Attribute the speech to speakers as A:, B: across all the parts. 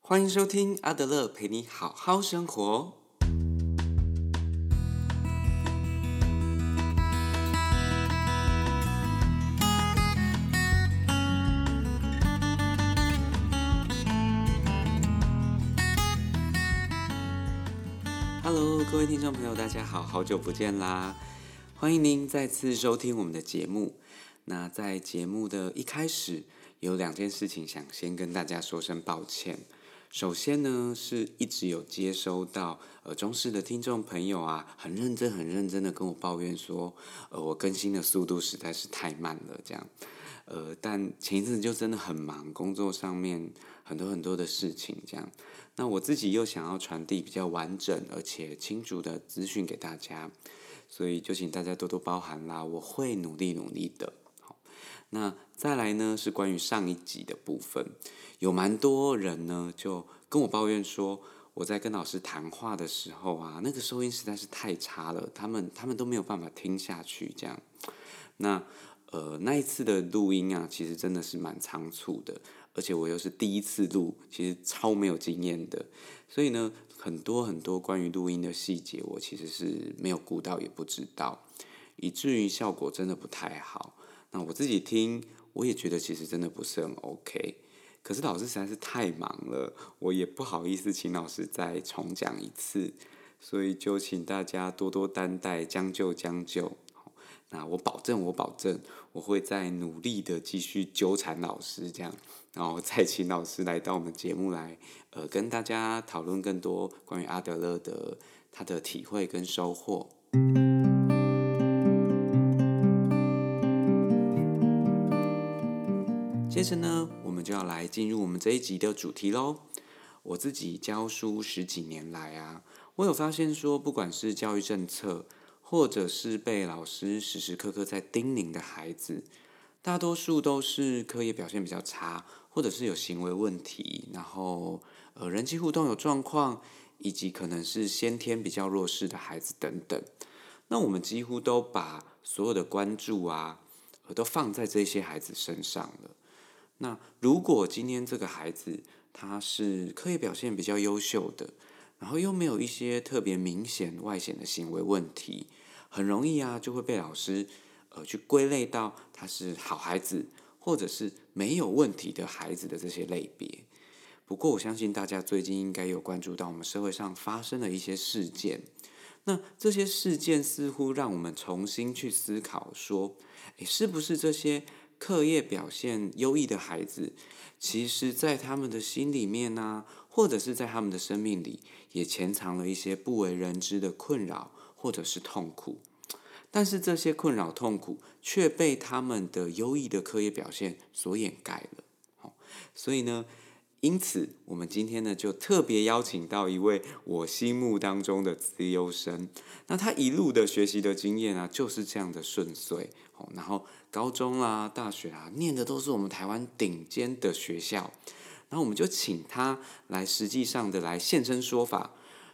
A: 欢迎收听阿德勒陪你好好生活。Hello，各位听众朋友，大家好，好久不见啦！欢迎您再次收听我们的节目。那在节目的一开始，有两件事情想先跟大家说声抱歉。首先呢，是一直有接收到呃中视的听众朋友啊，很认真、很认真的跟我抱怨说，呃，我更新的速度实在是太慢了，这样。呃，但前一阵子就真的很忙，工作上面很多很多的事情，这样。那我自己又想要传递比较完整而且清楚的资讯给大家，所以就请大家多多包涵啦，我会努力努力的。好，那再来呢是关于上一集的部分，有蛮多人呢就跟我抱怨说，我在跟老师谈话的时候啊，那个收音实在是太差了，他们他们都没有办法听下去这样。那呃那一次的录音啊，其实真的是蛮仓促的，而且我又是第一次录，其实超没有经验的，所以呢，很多很多关于录音的细节，我其实是没有顾到，也不知道，以至于效果真的不太好。那我自己听，我也觉得其实真的不是很 OK。可是老师实在是太忙了，我也不好意思请老师再重讲一次，所以就请大家多多担待，将就将就。好那我保证，我保证，我会再努力的继续纠缠老师，这样，然后再请老师来到我们节目来，呃，跟大家讨论更多关于阿德勒的他的体会跟收获。接着呢，我们就要来进入我们这一集的主题喽。我自己教书十几年来啊，我有发现说，不管是教育政策，或者是被老师时时刻刻在叮咛的孩子，大多数都是课业表现比较差，或者是有行为问题，然后呃人际互动有状况，以及可能是先天比较弱势的孩子等等。那我们几乎都把所有的关注啊，呃都放在这些孩子身上了。那如果今天这个孩子他是课业表现比较优秀的，然后又没有一些特别明显外显的行为问题，很容易啊就会被老师呃去归类到他是好孩子或者是没有问题的孩子的这些类别。不过我相信大家最近应该有关注到我们社会上发生的一些事件。那这些事件似乎让我们重新去思考，说，诶，是不是这些课业表现优异的孩子，其实在他们的心里面呢、或者是在他们的生命里，也潜藏了一些不为人知的困扰或者是痛苦。但是这些困扰、痛苦却被他们的优异的课业表现所掩盖了。好，所以呢，因此，我们今天呢就特别邀请到一位我心目当中的资优生。那他一路的学习的经验啊，就是这样的顺遂。哦，然后高中啦、大学啊，念的都是我们台湾顶尖的学校。然后我们就请他来实际上的来现身说法，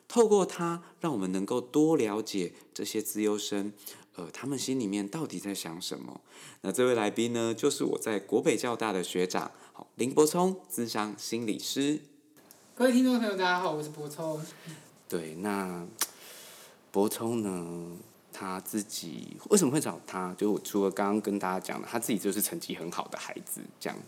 A: 透过他，让我们能够多了解这些资优生，呃，他们心里面到底在想什么。那这位来宾呢，就是我在国北教大的学长，好，林伯聪，资商心理师。
B: 各位听众朋友，大家好，我是博聪。
A: 对，那博聪呢，他自己为什么会找他？就我除了刚刚跟大家讲的，他自己就是成绩很好的孩子这样，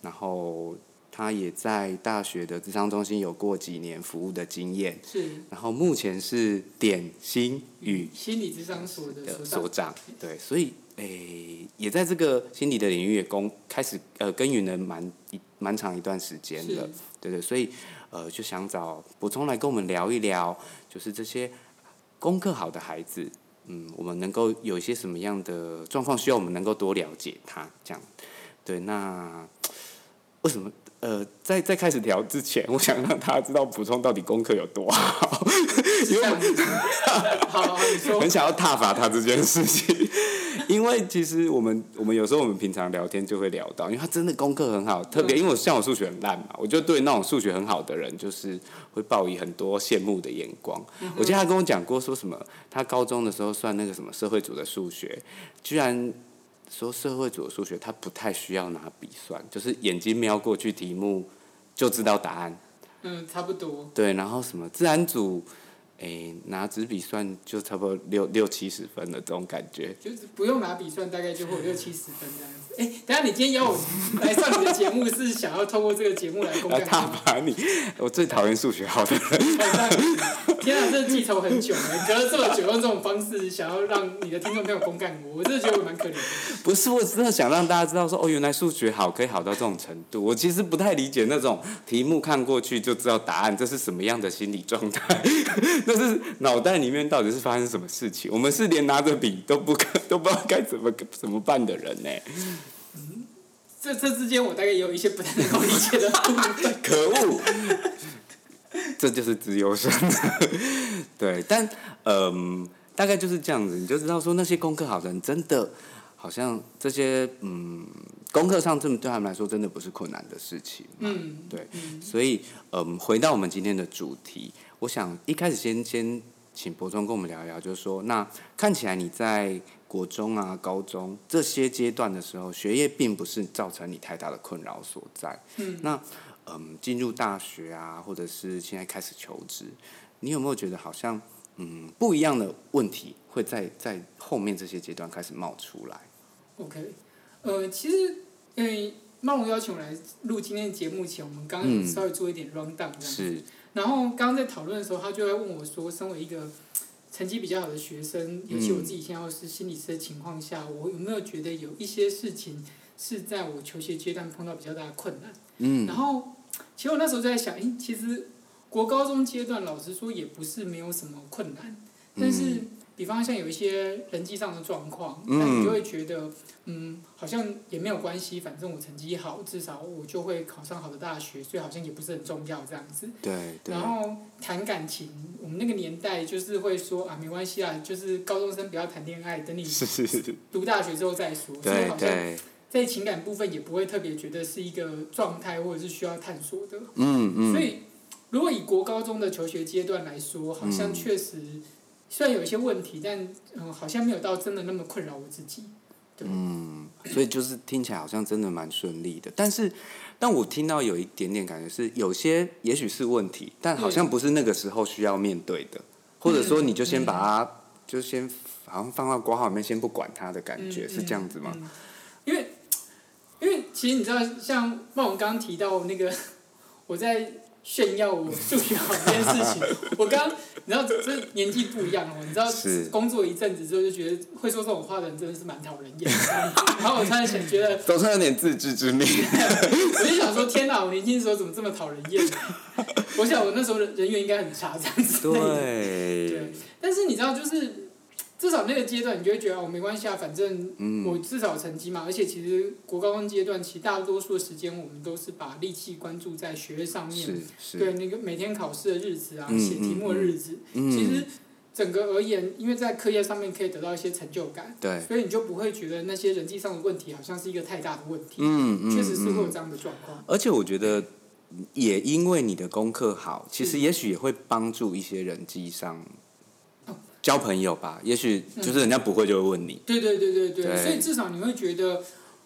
A: 然后他也在大学的智商中心有过几年服务的经验，
B: 是
A: 然后目前是点心语
B: 心理智商所的
A: 的
B: 所
A: 所长，
B: 长，
A: 对，所以诶、也在这个心理的领域也工开始呃耕耘了蛮一蛮长一段时间了
B: 是，
A: 对对，所以呃就想找补充来跟我们聊一聊，就是这些功课好的孩子，嗯，我们能够有一些什么样的状况需要我们能够多了解他，这样，对，那为什么？呃，在在开始聊之前，我想让大家知道补充到底功课有多好，因为
B: 好，好你说
A: 很想要挞伐他这件事情， 因为其实我们我们有时候我们平常聊天就会聊到，因为他真的功课很好，特别因为我像我数学很烂嘛，我就对那种数学很好的人就是会抱以很多羡慕的眼光。我记得他跟我讲过说什么，他高中的时候算那个什么社会组的数学，居然。说社会组的数学，他不太需要拿笔算，就是眼睛瞄过去题目就知道答案。
B: 嗯，差不多。
A: 对，然后什么自然组，诶，拿纸笔算就差不多六六七十分的这种感觉。
B: 就是不用拿笔算，大概就会有六七十分这样子。哎、等一下你今天邀我来上你的节目，是想要通过这个节目来 公
A: 来
B: 干
A: 大
B: 吗？
A: 把你，我最讨厌数学好的人。
B: 天啊，这记仇很久了，隔了这么久用这种方式，想要让你的听众朋友公干我，我真的觉得我蛮可怜的。
A: 不是，我真的想让大家知道说，哦，原来数学好可以好到这种程度。我其实不太理解那种题目看过去就知道答案，这是什么样的心理状态？ 那是脑袋里面到底是发生什么事情？我们是连拿着笔都不可都不知道该怎么怎么办的人呢、
B: 这这之间，我大概也有一些不太能够理解的部分。
A: 可恶！这就是自由生，对，但嗯、大概就是这样子，你就知道说那些功课好的人真的好像这些嗯，功课上这么对他们来说真的不是困难的事情，
B: 嗯，
A: 对，所以嗯，回到我们今天的主题，我想一开始先先请博中跟我们聊一聊，就是说，那看起来你在国中啊、高中这些阶段的时候，学业并不是造成你太大的困扰所在。嗯，那嗯，进入大学啊，或者是现在开始求职，你有没有觉得好像嗯不一样的问题会在在后面这些阶段开始冒出来？
B: OK，呃，其实，因为曼龙邀请我来录今天的节目前，我们刚刚有
A: 嗯
B: 稍微做一点 round down 这样。
A: 是，
B: 然后刚刚在讨论的时候，他就在问我说，身为一个成绩比较好的学生，尤
A: 嗯
B: 其我自己现在又是心理师的情况下，我有没有觉得有一些事情是在我求学阶段碰到比较大的困难？
A: 嗯
B: 然后，其实我那时候就在想，诶，其实国高中阶段，老实说也不是没有什么困难，
A: 嗯
B: 但是。比方像有一些人际上的状况，
A: 嗯
B: 那你就会觉得，嗯，好像也没有关系，反正我成绩好，至少我就会考上好的大学，所以好像也不是很重要这样子。
A: 对对啊
B: 然，后谈感情，我们那个年代就是会说啊，没关系啊，就是高中生不要谈恋爱，等你
A: 是是 是，
B: 读大学之后再说。所以
A: 对
B: 好像
A: 对，
B: 在情感部分也不会特别觉得是一个状态或者是需要探索的。
A: 嗯嗯。
B: 所以，如果以国高中的求学阶段来说，好
A: 嗯
B: 像确实虽然有一些问题，但嗯、呃好像没有到真的那么困扰我自己。对，
A: 所以就是听起来好像真的蛮顺利的，但是，但我听到有一点点感觉是，有些也许是问题，但好像不是那个时候需要面对的，或者说你就先把它，
B: 嗯
A: 就先好像放到挂号里面，先不管它的感觉，
B: 嗯
A: 是这样子吗？
B: 嗯嗯因为，因为其实你知道，像茂文刚刚提到那个， 我在炫耀我数学好这件事情， 我刚你知道，这这年纪不一样哦，你知道
A: 是，
B: 工作一阵子之后就觉得会说这种话的人真的是蛮讨人厌的。 然后我突然想，觉得
A: 总算有点自知 之明。
B: 我就想说，天哪，我年轻的时候怎么这么讨人厌？我想我那时候人人缘应该很差这样子。
A: 啊对，
B: 但是你知道，就是至少那个阶段，你就会觉得哦，没关系啊，反正
A: 嗯
B: 我至少有成绩嘛。而且其实国高中阶段，其实大多数的时间我们都是把力气关注在学业上面，
A: 是是，
B: 对那个每天考试的日子啊，
A: 嗯
B: 写题目的日子，其
A: 嗯，
B: 实整个而言，因为在课业上面可以得到一些成就感，
A: 对，
B: 所以你就不会觉得那些人际上的问题好像是一个太大的问题，
A: 嗯嗯，
B: 确实是
A: 嗯
B: 会有这样的状况。
A: 而且我觉得，也因为你的功课好，其实也许也会帮助一些人际上
B: 哦
A: 交朋友吧。也许就是人家不会就会问你，
B: 对对对对对，
A: 对
B: 所以至少你会觉得，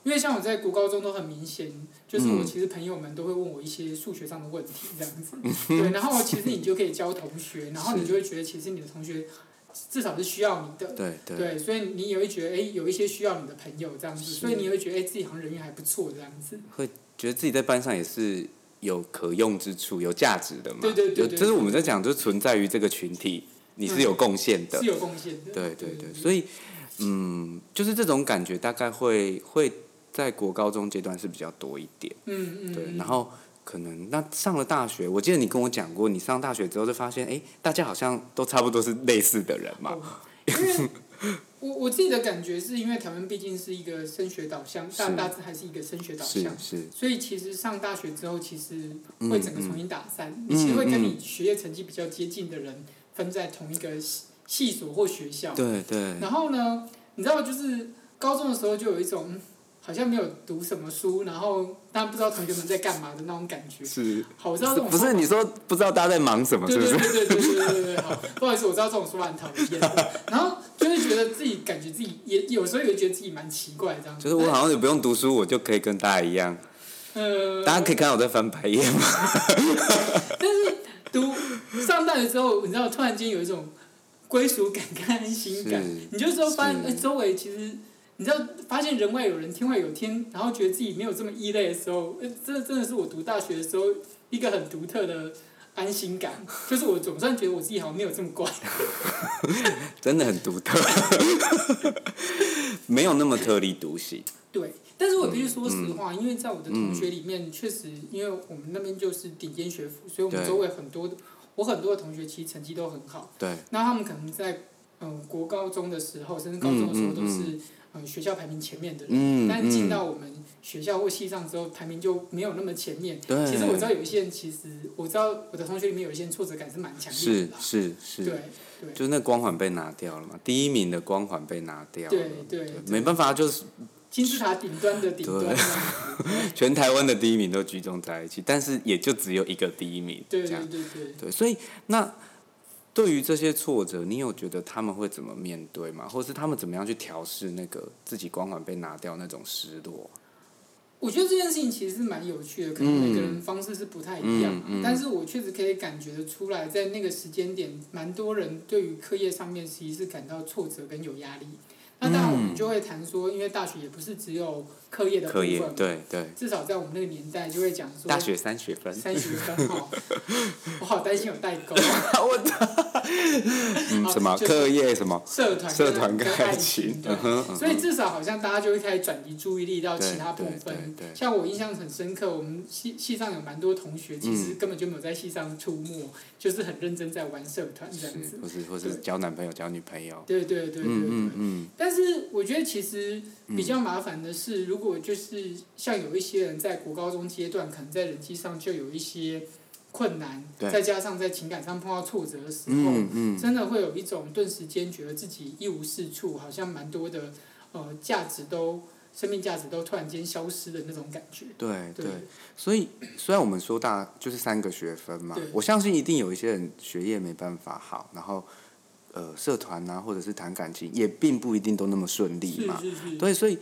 B: 因为像我在国高中都很明显，就是
A: 嗯
B: 我其实朋友们都会问我一些数学上的问题这样 子，对，然后其实你就可以交同学，然后你就会觉得其实你的同学至少是需要你的，
A: 对对
B: 嗯对，所以你也会觉得哎有一些需要你的朋友这样子，
A: 是
B: 所以你也会觉得哎自己好像人缘还不错这样子，
A: 觉得自己在班上也是有可用之处、有价值的嘛。
B: 对对对
A: 有
B: 对嗯
A: 就是我们在讲，就是存在于这个群体，你是有贡献的。
B: 是有贡献的，
A: 对对对，
B: 对，
A: 所以嗯，就是这种感觉，大概会会在国高中阶段是比较多一点。
B: 嗯嗯，
A: 对，然后可能那上了大学，我记得你跟我讲过，你上大学之后就发现，哎，大家好像都差不多是类似的人嘛。
B: 哦因为我我自己的感觉是因为台湾毕竟是一个升学导向，大
A: 是
B: 大致还是一个升学导
A: 是
B: 向。
A: 是，
B: 所以其实上大学之后，其实
A: 嗯
B: 会整个重新打散，你其实会跟你学业成绩比较接近的人分在同一个系系所或学校。
A: 对对，
B: 然后呢，你知道就是高中的时候就有一种嗯好像没有读什么书，然后但不知道同学们在干嘛的那种感觉。
A: 是。
B: 好，我知道这
A: 是
B: 种
A: 不是你说不知道大家在忙什么？
B: 对
A: 是不
B: 对
A: 是？
B: 对对对对对对，好，不好意思，我知道这种说法很讨人厌，然后就会觉得自己感觉自己也有时候也会觉得自己蛮奇怪这样子。
A: 就是我好像也不用读书，我就可以跟大家一样。
B: 呃，
A: 大家可以看到我在翻白眼吗？
B: 读上大学之后，你知道，突然间有一种归属感跟安心感
A: 是，
B: 你就之后发现、
A: 是
B: 哎周围其实，你知道，发现人外有人，天外有天，然后觉得自己没有这么异类的时候，呃这真的是我读大学的时候一个很独特的安心感，就是我总算觉得我自己好像没有这么怪，
A: 真的很独特， 没有那么特立独行。
B: 对。但是我必须
A: 嗯
B: 说实话，因为在我的同学里面，确实，因为我们那边就是顶尖学府，所以我们
A: 对
B: 周围很多的，我很多的同学其实成绩都很好。
A: 对，
B: 那他们可能在嗯国高中的时候，甚至高中的时候都是嗯学校排名前面的人，
A: 嗯
B: 但
A: 嗯，
B: 进到我们学校或系上之后，排名就没有那么前面。
A: 对，
B: 其实我知道有一些人，其实我知道我的同学里面有一些人挫折感是蛮强烈的
A: 是
B: 啦，
A: 是是，
B: 对对
A: 就是那光环被拿掉了嘛，第一名的光环被拿掉了
B: 对，对，
A: 没办法，就是
B: 金字塔顶端的顶端
A: 对
B: 这样子，
A: 全台湾的第一名都集中在一起，但是也就只有一个第一名，
B: 对
A: 这
B: 对
A: 样
B: 对对。
A: 对，所以那对于这些挫折，你有觉得他们会怎么面对吗？或是他们怎么样去调试那个自己光环被拿掉那种失落？
B: 我觉得这件事情其实是蛮有趣的，可能每个人方式是不太一样，
A: 嗯嗯嗯
B: 但是我确实可以感觉得出来，在那个时间点，蛮多人对于课业上面其实是感到挫折跟有压力。那当然，我
A: 嗯
B: 们就会谈说，因为大学也不是只有课业的部
A: 可以，
B: 分，
A: 对对，
B: 至少在我们那个年代就会讲说，
A: 大学三学分，
B: 三学分哈， 我好担心有代沟，
A: 嗯，
B: 好
A: 什么
B: 哦就是
A: 课业什么
B: 社团
A: 社团
B: 跟
A: 跟
B: 爱
A: 爱
B: 情
A: 情，
B: 对
A: 嗯。哼，嗯
B: 所以至少好像大家就会开始转移注意力到其他部
A: 对
B: 分
A: 对。对
B: 像我印象很深刻，我们系系上有蛮多同学，其
A: 嗯
B: 实根本就没有在系上出没，就是很认真在玩社团这样
A: 是
B: 子，。
A: 或是或是交男朋友交女朋友，
B: 对对对对
A: 嗯嗯
B: 对。
A: 嗯，
B: 但是我觉得其实比较麻烦的是，如果就是像有一些人在国高中阶段，可能在人际上就有一些困难，
A: 对
B: 再加上在情感上碰到挫折的时候，
A: 嗯嗯，
B: 真的会有一种顿时间觉得自己一无是处，好像蛮多的呃价值都生命价值都突然间消失的那种感觉。
A: 对
B: 对
A: 对，所以虽然我们说大就是三个学分嘛
B: 对，
A: 我相信一定有一些人学业没办法好，然后呃社团啊或者是谈感情也并不一定都那么顺利嘛，
B: 是是是，
A: 对，所以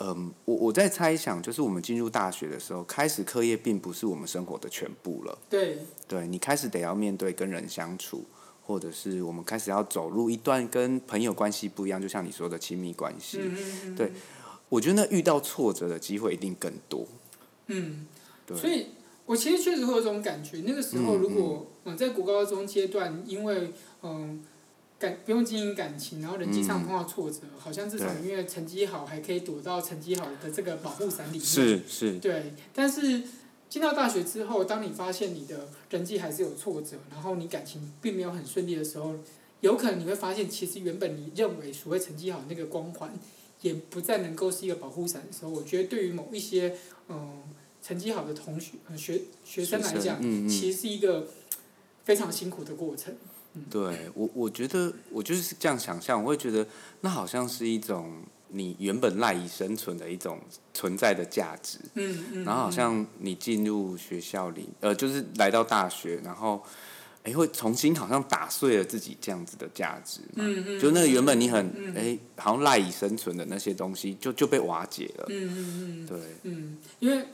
A: 嗯、我我在猜想，就是我们进入大学的时候，开始课业并不是我们生活的全部了，
B: 对
A: 对你开始得要面对跟人相处。或者是我们开始要走入一段跟朋友关系不一样，就像你说的亲密关系，
B: 嗯嗯嗯，
A: 对我觉得那遇到挫折的机会一定更多。
B: 嗯，
A: 对，
B: 所以我其实确实会有这种感觉。那个时候，如果嗯在国高中阶段，因为嗯。感不用经营感情，然后人际上碰到挫折，好像至少
A: 对
B: 因为成绩好，还可以躲到成绩好的这个保护伞里面。
A: 是是，
B: 对，但是进到大学之后，当你发现你的人际还是有挫折，然后你感情并没有很顺利的时候，有可能你会发现，其实原本你认为所谓成绩好那个光环，也不再能够是一个保护伞的时候，我觉得对于某一些嗯成绩好的同学、呃、学学生来讲，
A: 嗯嗯，
B: 其实是一个非常辛苦的过程。
A: 对我我觉得我就是这样想象，我会觉得那好像是一种你原本赖以生存的一种存在的价值，
B: 嗯嗯。
A: 然后好
B: 嗯
A: 像你进入学校里，呃，就是来到大学，然后。哎，会重新好像打碎了自己这样子的价值嘛？
B: 嗯嗯
A: 就那个原本你很
B: 嗯
A: 哎、好像赖以生存的那些东西，就就被瓦解了。
B: 嗯嗯嗯。
A: 对，
B: 嗯，因为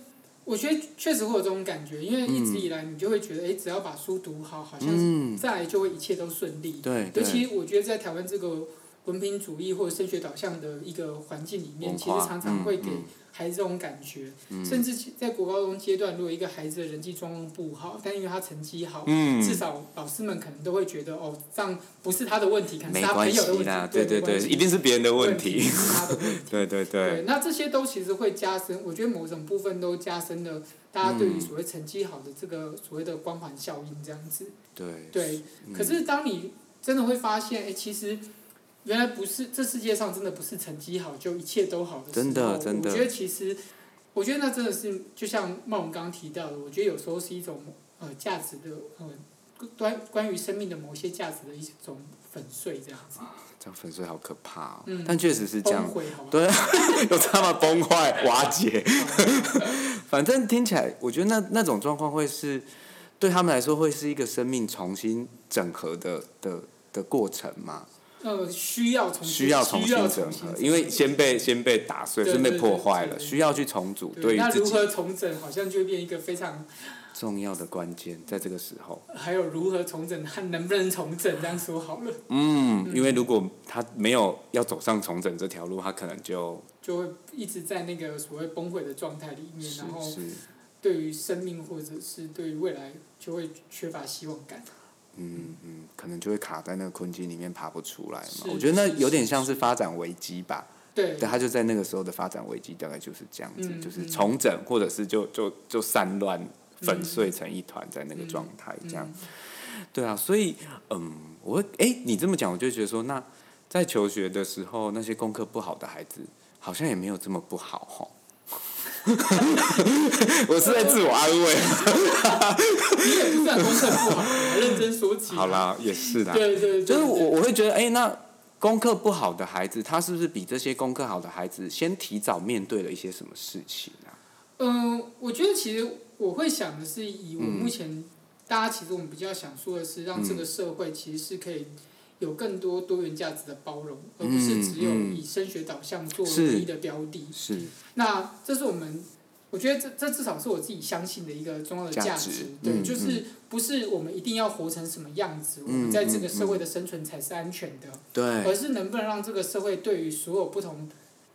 B: 我觉得确实会有这种感觉，因为一直以来你就会觉得，哎、只要把书读好，好像
A: 嗯，
B: 再来就会一切都顺利。
A: 对
B: 尤
A: 对，
B: 其我觉得在台湾这个文凭主义或者升学导向的一个环境里面，
A: 文
B: 其实
A: 化
B: 常常会给
A: 嗯嗯嗯
B: 孩子这种感觉，甚至其在国高中阶段，如果一个孩子的人际状况不好，但因为他成绩好。
A: 嗯，
B: 至少老师们可能都会觉得哦，这样不是他的问题，可能是
A: 没
B: 他朋
A: 关
B: 友的
A: 系
B: 问题
A: 啦，，
B: 对
A: 对
B: 没
A: 对，
B: 关系
A: 一定是别人的问
B: 问
A: 题。
B: 是他的问题。
A: 对 对对，
B: 那这些都其实会加深，我觉得某种部分都加深了大家对于
A: 嗯
B: 所谓成绩好的这个所谓的光环效应这样子。
A: 对
B: 对，
A: 嗯
B: 可是当你真的会发现，哎、其实原来不是这世界上真的不是成绩好就一切都好的时候，
A: 真的真的
B: 我觉得其实，我觉得那真的是就像茂荣刚刚提到的，我觉得有时候是一种呃价值的呃关关于生命的某些价值的一种粉碎这样子，
A: 这样粉碎好可怕哦。
B: 嗯
A: 但确实是这
B: 崩
A: 样，
B: 溃好吧？
A: 对，有他们崩坏、瓦解。反正听起来，我觉得那那种状况会是对他们来说会是一个生命重新整合的的的过程嘛。
B: 呃需要重新
A: 需要重
B: 需
A: 新
B: 要
A: 整
B: 新
A: 合，
B: 整
A: 因为先被先被打碎，
B: 对
A: 先被
B: 对
A: 破
B: 对
A: 坏
B: 对
A: 了，
B: 对
A: 需要去重组。
B: 对
A: 对于
B: 那
A: 自
B: 如
A: 己
B: 何重整，好像就会变一个非常
A: 重要的关键，在这个时候，
B: 还有如何重整和能不能重整这样说好了，
A: 嗯，因为如果他没有要走上重整这条路，他可能就
B: 就会一直在那个所谓崩溃的状态里面，
A: 是
B: 然后
A: 是，
B: 对于生命或者是对于未来就会缺乏希望感。
A: 嗯嗯，可能就会卡在那个困境里面爬不出来嘛
B: 是。
A: 我觉得那
B: 是
A: 有点像是发展危机吧，
B: 对
A: 对，他就在那个时候的发展危机大概就是这样子，
B: 嗯
A: 就是
B: 嗯
A: 重整或者是就就就散乱粉
B: 嗯
A: 碎成一团，在那个
B: 嗯
A: 状态这样。
B: 嗯
A: 对啊，所以嗯，我会哎、你这么讲，我就觉得说，那在求学的时候，那些功课不好的孩子，好像也没有这么不好哈。 我是在自我安慰。
B: 你也不算功课不好，认真说起。
A: 好，啦，也是啦，
B: 对对对，
A: 就是我
B: 对
A: 我会觉得，哎、那功课不好的孩子，他是不是比这些功课好的孩子先提早面对了一些什么事情啊？
B: 嗯，我觉得其实我会想的是，以我
A: 嗯
B: 目前、大家其实我们比较想说的是，让这个社会其实是可以有更多多元价值的包容，而不是只有
A: 嗯嗯
B: 以升学导向做
A: 是
B: 唯一的标的。
A: 是
B: 那这是我们，我觉得这这至少是我自己相信的一个重要的
A: 价
B: 价
A: 值
B: 对，
A: 嗯
B: 就是不是我们一定要活成什么样子，我
A: 嗯
B: 们在这个
A: 嗯
B: 社会的生存才是安全的。而
A: 对，
B: 是能不能让这个社会对于所有不同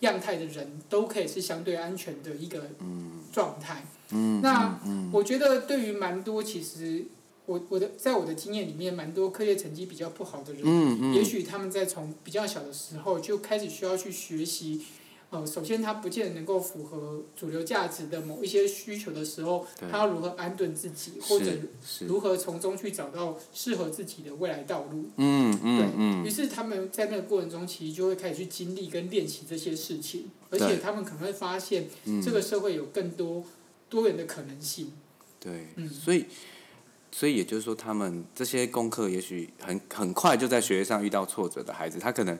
B: 样态的人都可以是相对安全的一个状态。
A: 嗯，
B: 那
A: 嗯
B: 我觉得对于蛮多其实我我的在我的经验里面，蛮多课业成绩比较不好的人，
A: 嗯嗯，
B: 也许他们在从比较小的时候就开始需要去学习。呃，首先他不见得能够符合主流价值的某一些需求的时候，
A: 对
B: 他要如何安顿自己，或者
A: 是是，
B: 如何从中去找到适合自己的未来道路。
A: 嗯嗯
B: 于
A: 嗯，
B: 是他们在那个过程中，其实就会开始去经历跟练习这些事情，而且
A: 对
B: 他们可能会发现
A: 嗯
B: 这个社会有更多多元的可能性。
A: 对，
B: 嗯
A: 所以，所以也就是说，他们这些功课也许很很快就在学业上遇到挫折的孩子，他可能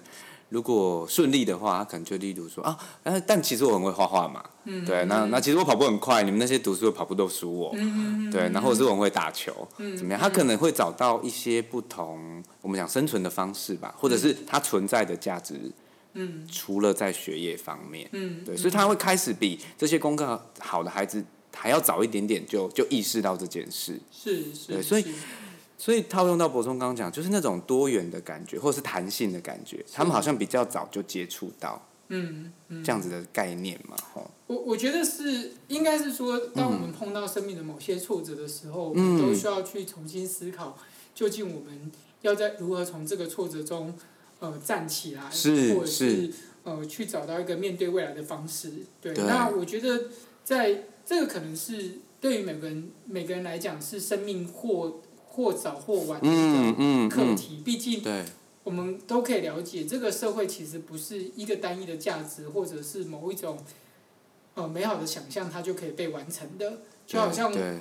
A: 如果顺利的话，他可能就例如说啊，呃但其实我很会画画嘛，
B: 嗯
A: 对，那那其实我跑步很快，你们那些读书的跑步都输我，
B: 嗯
A: 对，然后我是我很会打球，怎么样？他可能会找到一些不同我们讲生存的方式吧，或者是他存在的价值，
B: 嗯
A: 除了在学业方面。
B: 嗯，
A: 对，所以他会开始比这些功课好的孩子还要早一点点就就意识到这件事，
B: 是是，
A: 对所以
B: 是
A: 所以套用到伯聪刚刚讲，就是那种多元的感觉，或者是弹性的感觉，他们好像比较早就接触到
B: 嗯嗯，
A: 这样子的概念嘛，吼，
B: 我我觉得是应该是说，当我们碰到生命的某些挫折的时候，我
A: 嗯
B: 们都需要去重新思考，究竟我们要在如何从这个挫折中呃站起来，
A: 是
B: 或者
A: 是
B: 呃去找到一个面对未来的方式。对，
A: 对
B: 那我觉得在这个可能是对于每个人每个人来讲是生命或或早或晚的一
A: 嗯嗯
B: 个课
A: 嗯，
B: 题，毕竟
A: 对，
B: 我们都可以了解，这个社会其实不是一个单一的价值，或者是某一种呃美好的想象，它就可以被完成的。就好像
A: 对，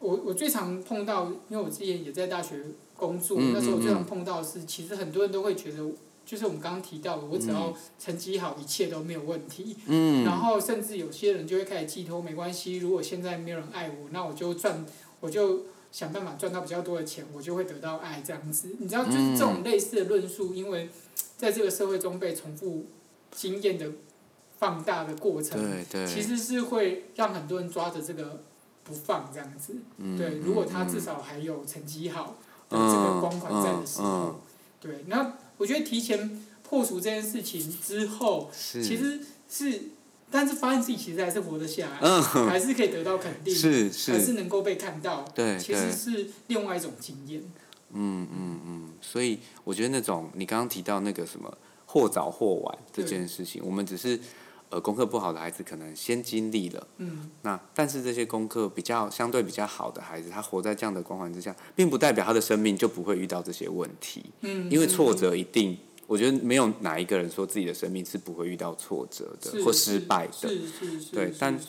B: 我我最常碰到，因为我之前也在大学工作，
A: 嗯
B: 那时候我最
A: 嗯
B: 常碰到的是，其实很多人都会觉得，就是我们刚刚提到的，我只要成绩好，一切都没有问题。
A: 嗯，
B: 然后甚至有些人就会开始寄托，没关系，如果现在没有人爱我，那我就赚，我就想办法赚到比较多的钱，我就会得到爱这样子。你知道，就是这
A: 嗯
B: 种类似的论述，因为在这个社会中被重复经验的放大的过程，
A: 对对，
B: 其实是会让很多人抓着这个不放这样子。
A: 嗯
B: 对，如果他至少还有成绩好的这个光环在的时候，
A: 嗯嗯
B: 对，那我觉得提前破除这件事情之后，
A: 是
B: 其实是，但是发现自己其实还是活得下来，
A: 嗯
B: 还是可以得到肯定，
A: 是
B: 还
A: 是，
B: 是能够被看到，
A: 对
B: 其
A: 对
B: 实。是另外一种经验。
A: 嗯嗯嗯，所以我觉得那种你刚刚提到那个什么或早或晚这件事情，我们只是呃功课不好的孩子可能先经历了，
B: 嗯，
A: 那但是这些功课比较相对比较好的孩子，他活在这样的光环之下，并不代表他的生命就不会遇到这些问题，
B: 嗯，
A: 因为挫折一定。我觉得没有哪一个人说自己的生命是不会遇到挫折
B: 是
A: 的或失败的，
B: 是是是，
A: 对
B: 是
A: 但
B: 是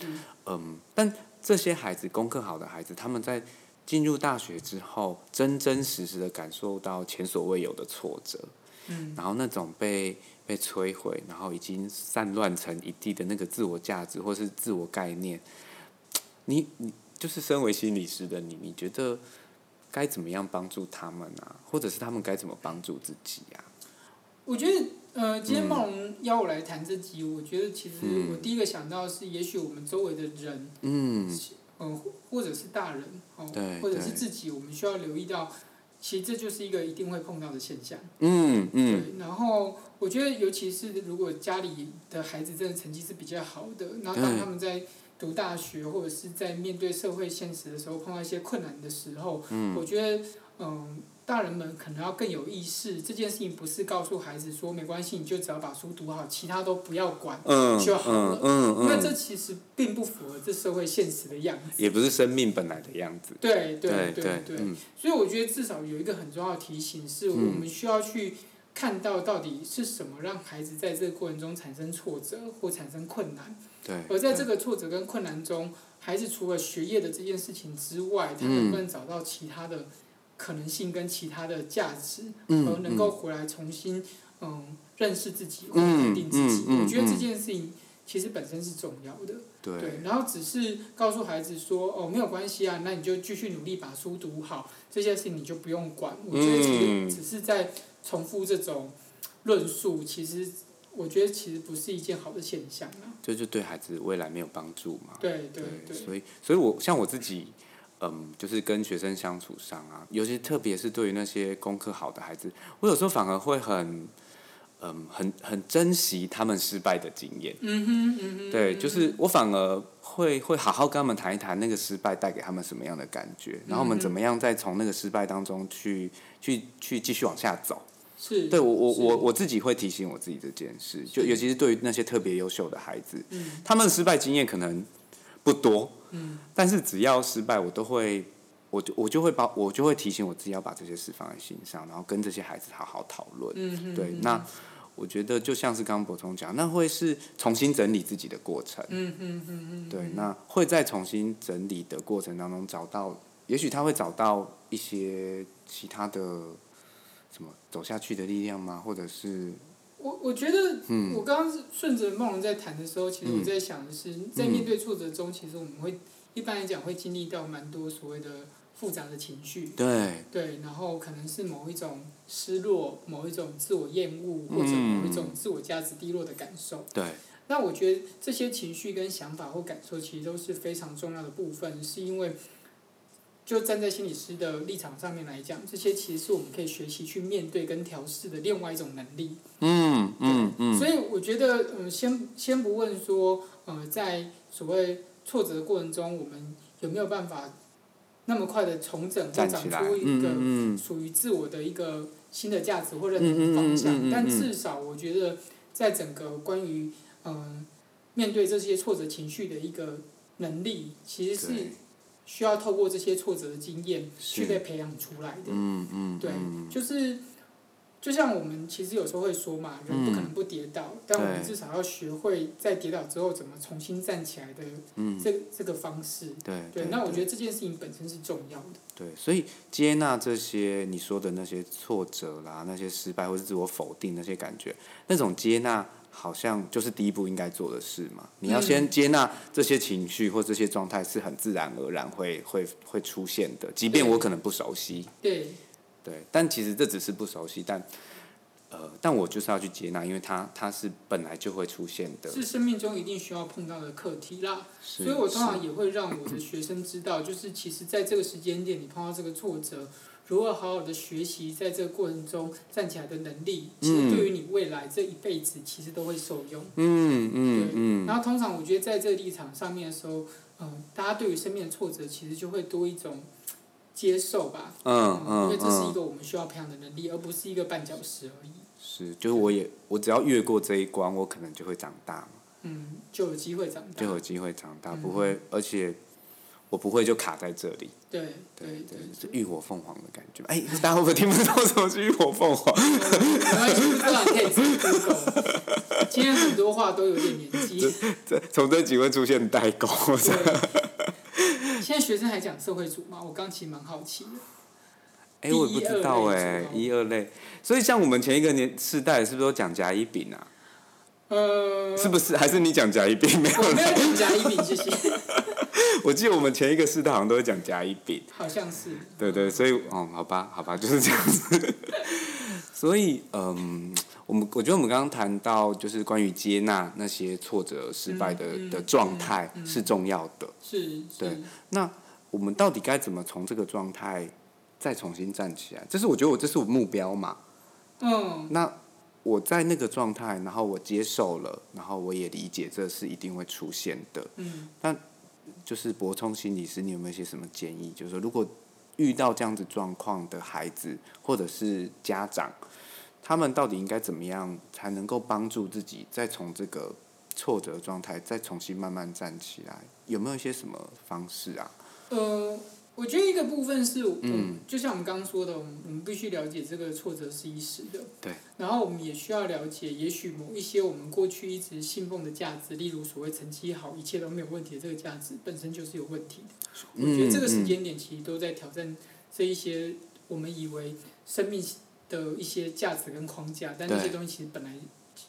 A: 嗯，但这些孩子功课好的孩子，他们在进入大学之后，真真实实的感受到前所未有的挫折，
B: 嗯
A: 然后那种被被摧毁，然后已经散乱成一地的那个自我价值或是自我概念，你你就是身为心理师的你，你觉得该怎么样帮助他们啊？或者是他们该怎么帮助自己啊？
B: 我觉得，呃，今天茂荣邀我来谈这集，我觉得其实
A: 嗯
B: 我第一个想到是，也许我们周围的人，
A: 嗯，
B: 嗯、或或者是大人，哦
A: 对，
B: 或者是
A: 对
B: 自己，我们需要留意到，其实这就是一个一定会碰到的现象。
A: 嗯嗯，
B: 对，然后我觉得，尤其是如果家里的孩子真的成绩是比较好的，然后当
A: 对
B: 他们在读大学或者是在面对社会现实的时候，碰到一些困难的时候，我觉得，嗯，大人们可能要更有意识，这件事情不是告诉孩子说没关系，你就只要把书读好，其他都不要管，
A: 嗯
B: 就好
A: 嗯
B: 了
A: 嗯
B: 因为
A: 嗯，
B: 这其实并不符合这社会现实的样子。
A: 也不是生命本来的样子。
B: 对对
A: 对，
B: 对，
A: 嗯
B: 所以我觉得至少有一个很重要的提醒是，我们需要去看到到底是什么让孩子在这个过程中产生挫折或产生困难，
A: 对。
B: 而在这
A: 对
B: 个挫折跟困难中，孩子除了学业的这件事情之外，他能不能找到其他的可能性跟其他的价值，
A: 嗯
B: 而能够回来重新嗯认识自己或
A: 嗯
B: 肯定自己？
A: 嗯嗯
B: 我觉得这
A: 嗯
B: 件事情其实本身是重要的。对
A: 对，
B: 然后只是告诉孩子说，哦，没有关系啊，那你就继续努力把书读好，这些事情你就不用管。我觉得
A: 嗯
B: 其实只是在重复这种论述，其实我觉得其实不是一件好的现象啊。
A: 这就对孩子未来没有帮助嘛。
B: 对对
A: 啊对，
B: 对，
A: 所以，所以我像我自己，嗯，就是跟学生相处上啊，尤其特别是对于那些功课好的孩子，我有时候反而会很，嗯，很很珍惜他们失败的经验。
B: 嗯哼嗯哼，
A: 对，就是我反而会会好好跟他们谈一谈那个失败带给他们什么样的感觉，然后
B: 嗯
A: 我们怎么样再从那个失败当中去去去继续往下走。
B: 是，
A: 对我我
B: 是
A: 我我自己会提醒我自己这件事，就是尤其是对于那些特别优秀的孩子，
B: 嗯
A: 他们的失败经验可能不多，
B: 嗯
A: 但是只要失败，我都会，我就我就会把我就会提醒我自己要把这些事放在心上，然后跟这些孩子好好讨论。
B: 嗯哼，
A: 对，那我觉得就像是刚刚博聪讲，那会是重新整理自己的过程。
B: 嗯哼嗯哼，
A: 对，那会在重新整理的过程当中找到，也许他会找到一些其他的什么走下去的力量吗？或者是
B: 我我觉得，
A: 嗯
B: 我刚刚顺着梦龙在谈的时候，其实我在想的是，
A: 嗯
B: 在面对挫折中，其实我们会一般来讲会经历到蛮多所谓的复杂的情绪，
A: 对，
B: 对，然后可能是某一种失落、某一种自我厌恶
A: 嗯
B: 或者某一种自我价值低落的感受。
A: 对，
B: 那我觉得这些情绪跟想法或感受其实都是非常重要的部分，是因为就站在心理师的立场上面来讲，这些其实是我们可以学习去面对跟调试的另外一种能力。
A: 嗯嗯嗯，
B: 所以我觉得，嗯，先先不问说，呃，在所谓挫折的过程中，我们有没有办法那么快的重整或
A: 站
B: 长
A: 起来，
B: 出一个
A: 嗯嗯
B: 属于自我的一个新的价值或认同的方向。
A: 嗯嗯嗯嗯嗯嗯
B: 但至少我觉得，在整个关于嗯、呃面对这些挫折情绪的一个能力，其实是
A: 对
B: 需要透过这些挫折的经验
A: 嗯，
B: 去
A: 是
B: 被，培养出来的。
A: 嗯嗯，
B: 对
A: 嗯，
B: 就是就像我们其实有时候会说嘛，人不可能不跌倒，
A: 嗯
B: 但我们至少要学会在跌倒之后怎么重新站起来的
A: 嗯，
B: 这、这个方式。
A: 对
B: 对，那我
A: 对
B: 觉得这件事情本身是重要的。
A: 对，所以接纳这些你说的那些挫折啦、那些失败或是自我否定那些感觉，那种接纳好像就是第一步应该做的事嘛。你
B: 嗯
A: 要先接纳这些情绪或这些状态是很自然而然会会会出现的，即便
B: 对
A: 我可能不熟悉，
B: 对，
A: 对，但其实这只是不熟悉，但呃，但我就是要去接纳，因为它它是本来就会出现的，
B: 是生命中一定需要碰到的课题啦。
A: 所
B: 所以我通常也会让我的学生知道，就是其实在这个时间点，你碰到这个挫折，如何好好的学习，在这个过程中站起来的能力，其实对于你未来这一辈子其实都会受用。
A: 嗯嗯
B: 对
A: 嗯，
B: 然后通常我觉得在这个立场上面的时候，嗯、大家对于生命的挫折其实就会多一种接受吧，
A: 嗯
B: 因为
A: 嗯
B: 这是一
A: 嗯，
B: 个我们需要培养的能力，而不是一个绊脚石而已。
A: 是，就是我也我只要越过这一关，我可能就会长大嘛。
B: 嗯，就有机会长
A: 就
B: 大。
A: 有机会长大，
B: 嗯
A: 不会，而且我不会就卡在这里。
B: 对
A: 对对，
B: 对
A: 是浴火凤凰的感觉。哎，大家会不会听不懂什么是浴火凤凰？
B: 没关系，不知道你可以自己 Google。今天很多话都有点年纪，
A: 这从这几位出现代 沟。
B: 对。现在学生还讲社会主义吗？我刚其实蛮好奇的。
A: 哎，我也不知道哎，
B: 一
A: 一二类。所以像我们前一个年世代，是不是都讲甲乙丙啊？
B: 呃，
A: 是不是？还是你讲甲乙丙 没有？
B: 我没有讲甲乙丙，谢谢。
A: 我记得我们前一个世代好像都会讲甲乙丙。
B: 好像是。
A: 对对，所以哦，好吧，好吧，就是这样子。 所以，嗯，我们我觉得我们刚刚谈到就是关于接纳那些挫折、失败的、
B: 嗯嗯
A: 的状态是重要的。
B: 是，
A: 对
B: 是
A: 那我们到底该怎么从这个状态再重新站起来？这是我觉得我这是我目标嘛。
B: 嗯，
A: 那我在那个状态，然后我接受了，然后我也理解这是一定会出现的。
B: 嗯，
A: 就是博聪心理师，你有没有一些什么建议？就是说，如果遇到这样子状况的孩子或者是家长，他们到底应该怎么样才能够帮助自己再从这个挫折状态再重新慢慢站起来？有没有一些什么方式啊？
B: 呃，我觉得一个部分是，
A: 嗯
B: 嗯，就像我们刚刚说的，我们我们必须了解这个挫折是一时的，
A: 对，
B: 然后我们也需要了解，也许某一些我们过去一直信奉的价值，例如所谓成绩好，一切都没有问题的这个价值，本身就是有问题的。我觉得这个时间点其实都在挑战这一些我们以为生命的一些价值跟框架，但
A: 对
B: 这些东西其实本来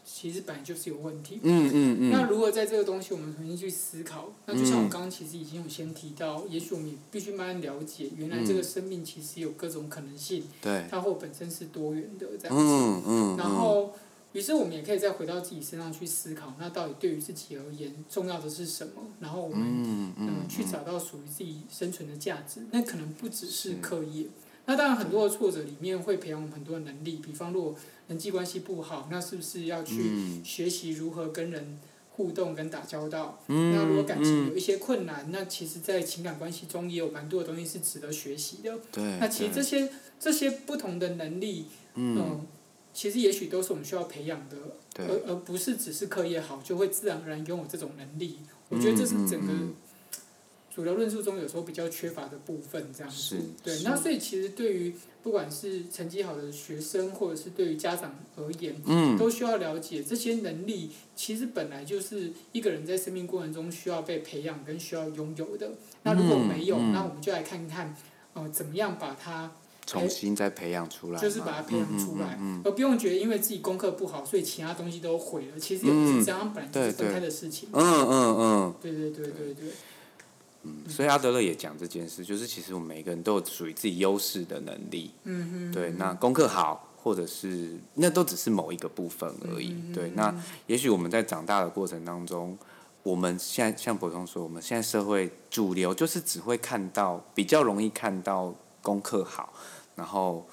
B: 其实本来就是有问题。
A: 嗯嗯嗯，
B: 那如果在这个东西我们重新去思考，那就像我刚刚其实已经有先提到，也许我们也必须慢慢了解，原来这个生命其实有各种可能性，
A: 对，
B: 它或本身是多元的这样子。
A: 嗯嗯，
B: 然后，于是我们也可以再回到自己身上去思考，那到底对于自己而言重要的是什么？然后我们
A: 嗯
B: 嗯、
A: 嗯
B: 去找到属于自己生存的价值，那可能不只是课业。
A: 嗯
B: 那当然，很多的挫折里面会培养我们很多的能力，比方如果人际关系不好，那是不是要去
A: 嗯
B: 学习如何跟人互动跟打交道？
A: 嗯，
B: 那如果感情有一些困难，那其实，在情感关系中也有蛮多的东西是值得学习的。
A: 对，
B: 那其实这些这些不同的能力，嗯、其实也许都是我们需要培养的，
A: 对
B: 而而不是只是课业好就会自然而然拥有这种能力。我觉得这是整个
A: 嗯
B: 主流论述中有时候比较缺乏的部分，这样子
A: 是。
B: 对，
A: 是
B: 那所以其实对于不管是成绩好的学生，或者是对于家长而言，
A: 嗯
B: 都需要了解这些能力，其实本来就是一个人在生命过程中需要被培养跟需要拥有的。那如果没有，
A: 嗯嗯
B: 那我们就来看看，呃，怎么样把它，呃
A: 重新再培养出来嘛，
B: 就是把它培养出来，
A: 嗯嗯嗯
B: 而不用觉得因为自己功课不好，所以其他东西都毁了。其实也不是这样，本来就是分开的事情。
A: 嗯嗯嗯。
B: 对对对对对，
A: 嗯所以阿德勒也讲这件事，就是其实我们每个人都有属于自己优势的能力。
B: 嗯哼，
A: 对，那功课好，或者是那都只是某一个部分而
B: 嗯
A: 已。对，那也许我们在长大的过程当中，我们现在像博通说，我们现在社会主流就是只会看到比较容易看到功课好，然后。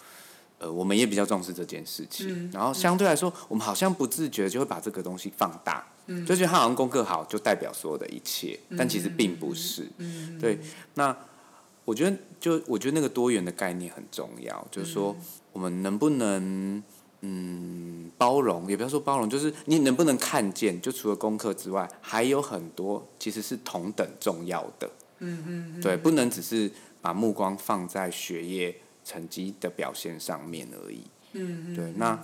A: 呃，我们也比较重视这件事情，
B: 嗯
A: 然后相对来说，我们好像不自觉就会把这个东西放大，
B: 嗯
A: 就觉得他好像功课好就代表所有的一切，但其实并不是。
B: 嗯，
A: 对，那我觉得就我觉得那个多元的概念很重要，就是说
B: 嗯
A: 我们能不能嗯包容，也不要说包容，就是你能不能看见，就除了功课之外，还有很多其实是同等重要的。嗯嗯，对，不能只是把目光放在学业成绩的表现上面而已。
B: 嗯嗯，
A: 对，那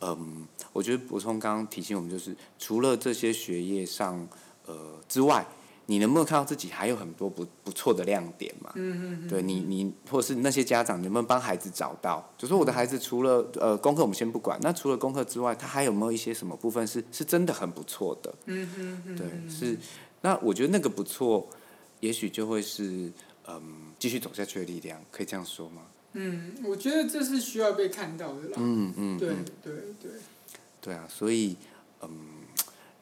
A: 嗯，我觉得补充刚刚提醒我们，就是除了这些学业上呃之外，你能不能看到自己还有很多不不错的亮点嘛？嗯嗯对你，你或者是那些家长，你能不能帮孩子找到？就
B: 嗯
A: 说我的孩子除了呃功课我们先不管，那除了功课之外，他还有没有一些什么部分是是真的很不错的？
B: 嗯哼哼，
A: 对，是。那我觉得那个不错，也许就会是嗯继续走下去的力量，可以这样说吗？
B: 嗯，我觉得这是需要被看到的啦。
A: 嗯嗯，
B: 对
A: 嗯
B: 对对，
A: 对啊，所以嗯，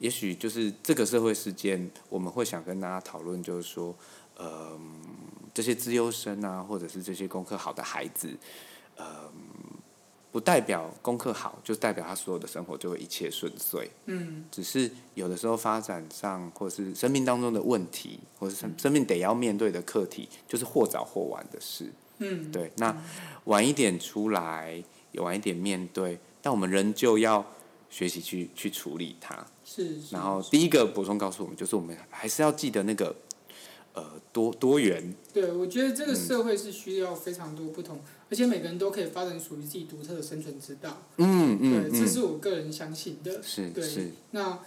A: 也许就是这个社会事件，我们会想跟大家讨论，就是说，嗯，这些资优生啊，或者是这些功课好的孩子，嗯，不代表功课好就代表他所有的生活就会一切顺遂，
B: 嗯
A: 只是有的时候发展上，或是生命当中的问题，或是生
B: 嗯
A: 生命得要面对的课题，就是或早或晚的事。
B: 嗯，
A: 对，那晚一点出来，也晚一点面对，但我们仍旧要学习去去处理它。
B: 是。是
A: 然后第一个补充告诉我们，就是我们还是要记得那个呃多多元，
B: 对，我觉得这
A: 嗯
B: 个社会是需要非常多不同，而且每个人都可以发展属于自己独特的生存之道。
A: 嗯嗯
B: 对，这
A: 嗯，
B: 是我个人相信的。
A: 是
B: 对
A: 是，
B: 那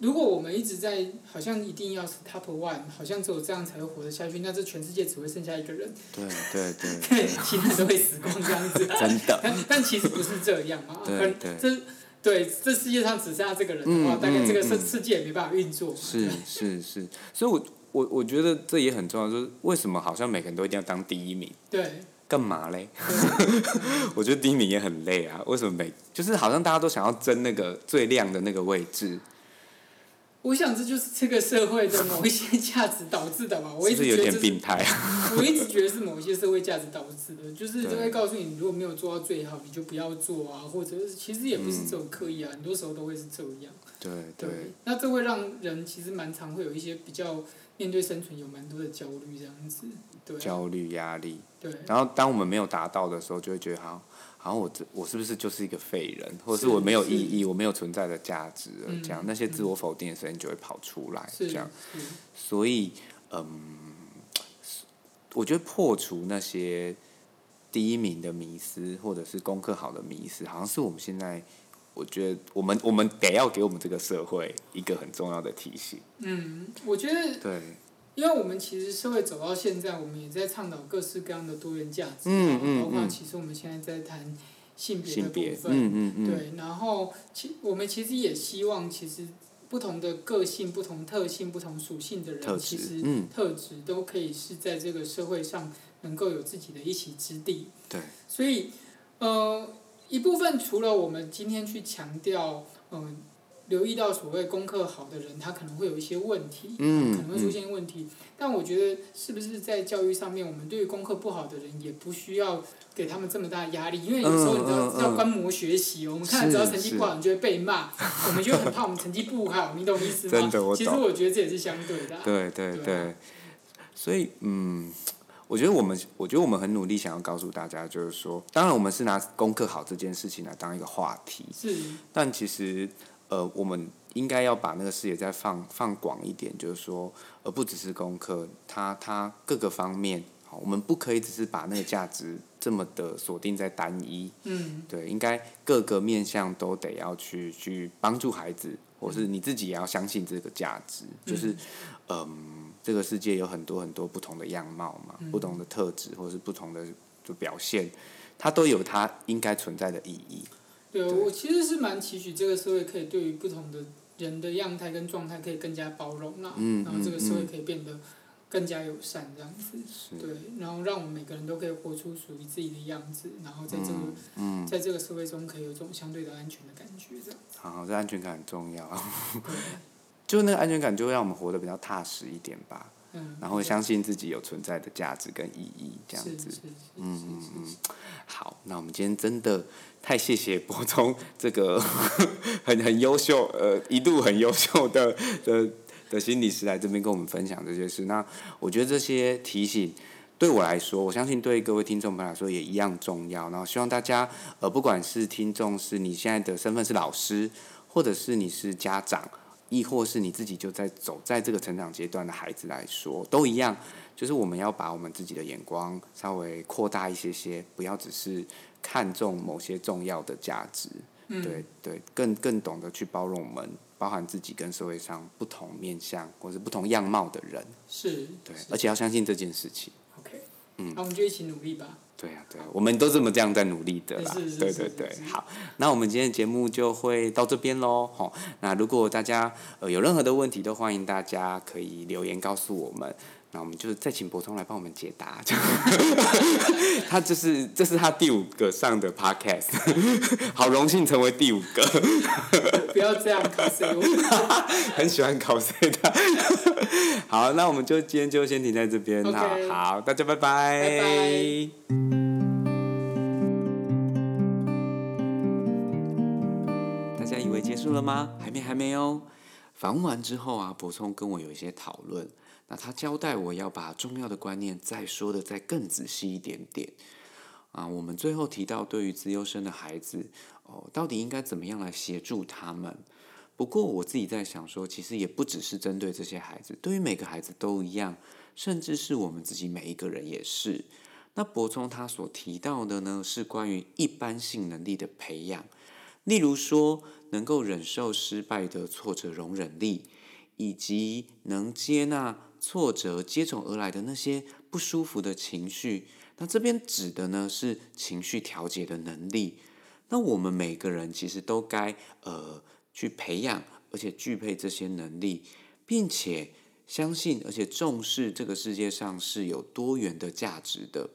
B: 如果我们一直在好像一定要是 top one，好像只有这样才会活得下去，那这全世界只会剩下一个人，
A: 对对对
B: 对，
A: 对，
B: 其他人都会死光这样子。
A: 真的，
B: 但但其实不是这样嘛，
A: 对
B: 很
A: 对
B: 这对这世界上只剩下这个人的话，
A: 嗯
B: 大概这个
A: 嗯
B: 世
A: 嗯
B: 世界也没办法运作嘛。
A: 是是是，所以我我我觉得这也很重要，就是为什么好像每个人都一定要当第一名。
B: 对，
A: 干嘛嘞？ 我觉得第一名也很累啊，为什么每就是好像大家都想要争那个最亮的那个位置，
B: 我想这就是这个社会的某一些价值导致的吧。我
A: 是
B: 一
A: 不是
B: 直
A: 有
B: 觉得
A: 点
B: 这
A: 病态 啊？
B: 我一直觉得是某一些社会价值导致的，就是
A: 对
B: 就会告诉你，如果没有做到最好，你就不要做啊，或者是其实也不是只有刻意啊，很多时候都会是这样。
A: 对嗯对，
B: 那这会让人其实蛮常会有一些比较面对生存有蛮多的焦虑这样子，对啊
A: 焦虑压力，
B: 对，
A: 然后当我们没有达到的时候，就会觉得好像好像我这我是不是就是一个废人，或者是
B: 是
A: 我没有
B: 是
A: 意义，我没有存在的价值了，
B: 嗯
A: 这样那些自我否定的声音就会跑出来，
B: 是
A: 这
B: 是
A: 样，所以嗯，我觉得破除那些第一名的迷思，或者是功课好的迷思，好像是我们现在。我觉得我们我们得要给我们这个社会一个很重要的提醒，
B: 嗯，我觉得
A: 对，
B: 因为我们其实社会走到现在，我们也在倡导各式各样的多元价值，啊
A: 嗯嗯
B: 包括
A: 嗯
B: 其实我们现在在谈性别的
A: 性别
B: 部，分，
A: 嗯嗯嗯，
B: 对，然后其我们其实也希望，其实不同的个性、不同特性、不同属性的
A: 特
B: 人，其
A: 质，
B: 实
A: 嗯，
B: 特质都可以是在这个社会上能够有自己的一席之地。
A: 对，
B: 所以，呃，一部分除了我们今天去强调，嗯、留意到所谓功课好的人，他可能会有一些问题，
A: 嗯
B: 可能会出现问题。但我觉得，是不是在教育上面，我们对于功课不好的人，也不需要给他们这么大的压力，因为有时候你知道、
A: 嗯嗯嗯
B: 要观摩学习哦，我们看
A: 是
B: 只要成绩
A: 是
B: 不好，我们就会被骂，我们就很怕我们成绩不好，你懂意思吗？
A: 真的我
B: 其实
A: 懂
B: 我觉得这也是相对的啊、
A: 对对
B: 对啊
A: 对，所以嗯，我觉得我们，我觉得我们很努力想要告诉大家，就是说，当然我们是拿功课好这件事情来当一个话题，
B: 是，
A: 但其实呃，我们应该要把那个视野再放放广一点，就是说，呃，不只是功课，它它各个方面，好，我们不可以只是把那个价值这么的锁定在单一，
B: 嗯，
A: 对，应该各个面向都得要去去帮助孩子，或是你自己也要相信这个价值，就是，嗯，这个世界有很多很多不同的样貌嘛，不同的特质，或是不同的就表现，它都有它应该存在的意义。
B: 对
A: 对
B: 我其实是蛮期许这个社会可以对于不同的人的样态跟状态可以更加包容啦、
A: 嗯
B: 然后这个
A: 嗯
B: 社会
A: 嗯
B: 可以变得更加友善这样子，
A: 是
B: 对，然后让我们每个人都可以活出属于自己的样子，然后在这个、
A: 嗯，
B: 在这个社会中可以有一种相对的安全的感觉，这样。
A: 好，这安全感很重要，
B: 对
A: 就那个安全感就会让我们活得比较踏实一点吧，
B: 嗯，
A: 然后相信自己有存在的价值跟意义，这样
B: 是
A: 子
B: 是。是
A: 嗯嗯
B: 是是
A: 嗯
B: 是，，
A: 好，那我们今天真的太谢谢博中 这个很很优秀，呃，一度很优秀的的的心理师来这边跟我们分享这些事。那我觉得这些提醒对我来说，我相信对各位听众朋友来说也一样重要。然后希望大家，呃，不管是听众是你现在的身份是老师，或者是你是家长。亦或是你自己就在走在这个成长阶段的孩子来说，都一样，就是我们要把我们自己的眼光稍微扩大一些些，不要只是看重某些重要的价值，
B: 嗯
A: 对对，更更懂得去包容我们，包含自己跟社会上不同面向或是不同样貌的人，
B: 是，
A: 对，
B: 是
A: 而且要相信这件事情。
B: OK，
A: 嗯
B: 那我们就一起努力吧。
A: 对啊，对啊，我们都这么这样在努力的啦。
B: 是是
A: 对
B: 是
A: 对
B: 是
A: 对
B: 是，
A: 好，那我们今天的节目就会到这边喽。吼，那如果大家呃有任何的问题，都欢迎大家可以留言告诉我们。那我们就再请博通来帮我们解答。 这样他这是这是他第五个上的 podcast，好荣幸成为第五个。
B: 不要这样考谁？我
A: 很喜欢考试的。好，那我们就今天就先停在这边哈。
B: OK
A: 好，大家拜
B: 拜拜
A: 大家以为结束了吗？还没，还没哦。访问完之后啊，博聪跟我有一些讨论，那他交代我要把重要的观念再说的再更仔细一点点。啊，我们最后提到对于资优生的孩子，哦，到底应该怎么样来协助他们？不过我自己在想说，其实也不只是针对这些孩子，对于每个孩子都一样，甚至是我们自己每一个人也是。那博聪他所提到的呢，是关于一般性能力的培养，例如说能够忍受失败的挫折容忍力，以及能接纳挫折接踵而来的那些不舒服的情绪。那这边指的呢是情绪调节的能力。那我们每个人其实都该呃去培养，而且具备这些能力，并且相信而且重视这个世界上是有多元的价值的，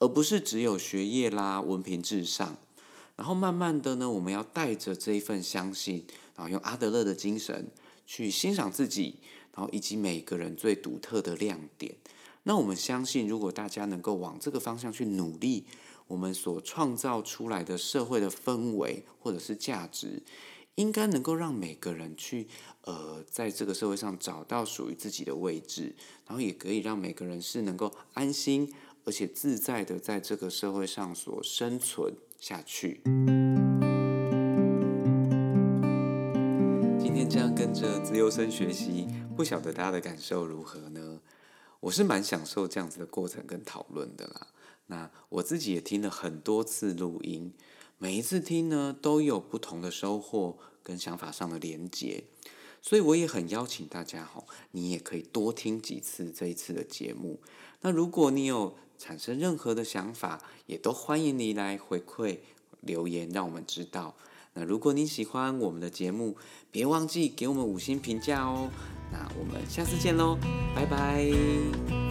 A: 而不是只有学业啦、文凭至上。然后慢慢的呢，我们要带着这一份相信，然后用阿德勒的精神去欣赏自己，然后以及每个人最独特的亮点。那我们相信，如果大家能够往这个方向去努力，我们所创造出来的社会的氛围或者是价值，应该能够让每个人去呃，在这个社会上找到属于自己的位置，然后也可以让每个人是能够安心而且自在的在这个社会上所生存下去。今天这样跟着自由生学习，不晓得大家的感受如何呢？我是蛮享受这样子的过程跟讨论的啦。那我自己也听了很多次录音，每一次听呢都有不同的收获跟想法上的连结，所以我也很邀请大家哈，你也可以多听几次这一次的节目。那如果你有产生任何的想法，也都欢迎你来回馈留言，让我们知道。那如果你喜欢我们的节目，别忘记给我们五星评价哦。那我们下次见喽，拜拜。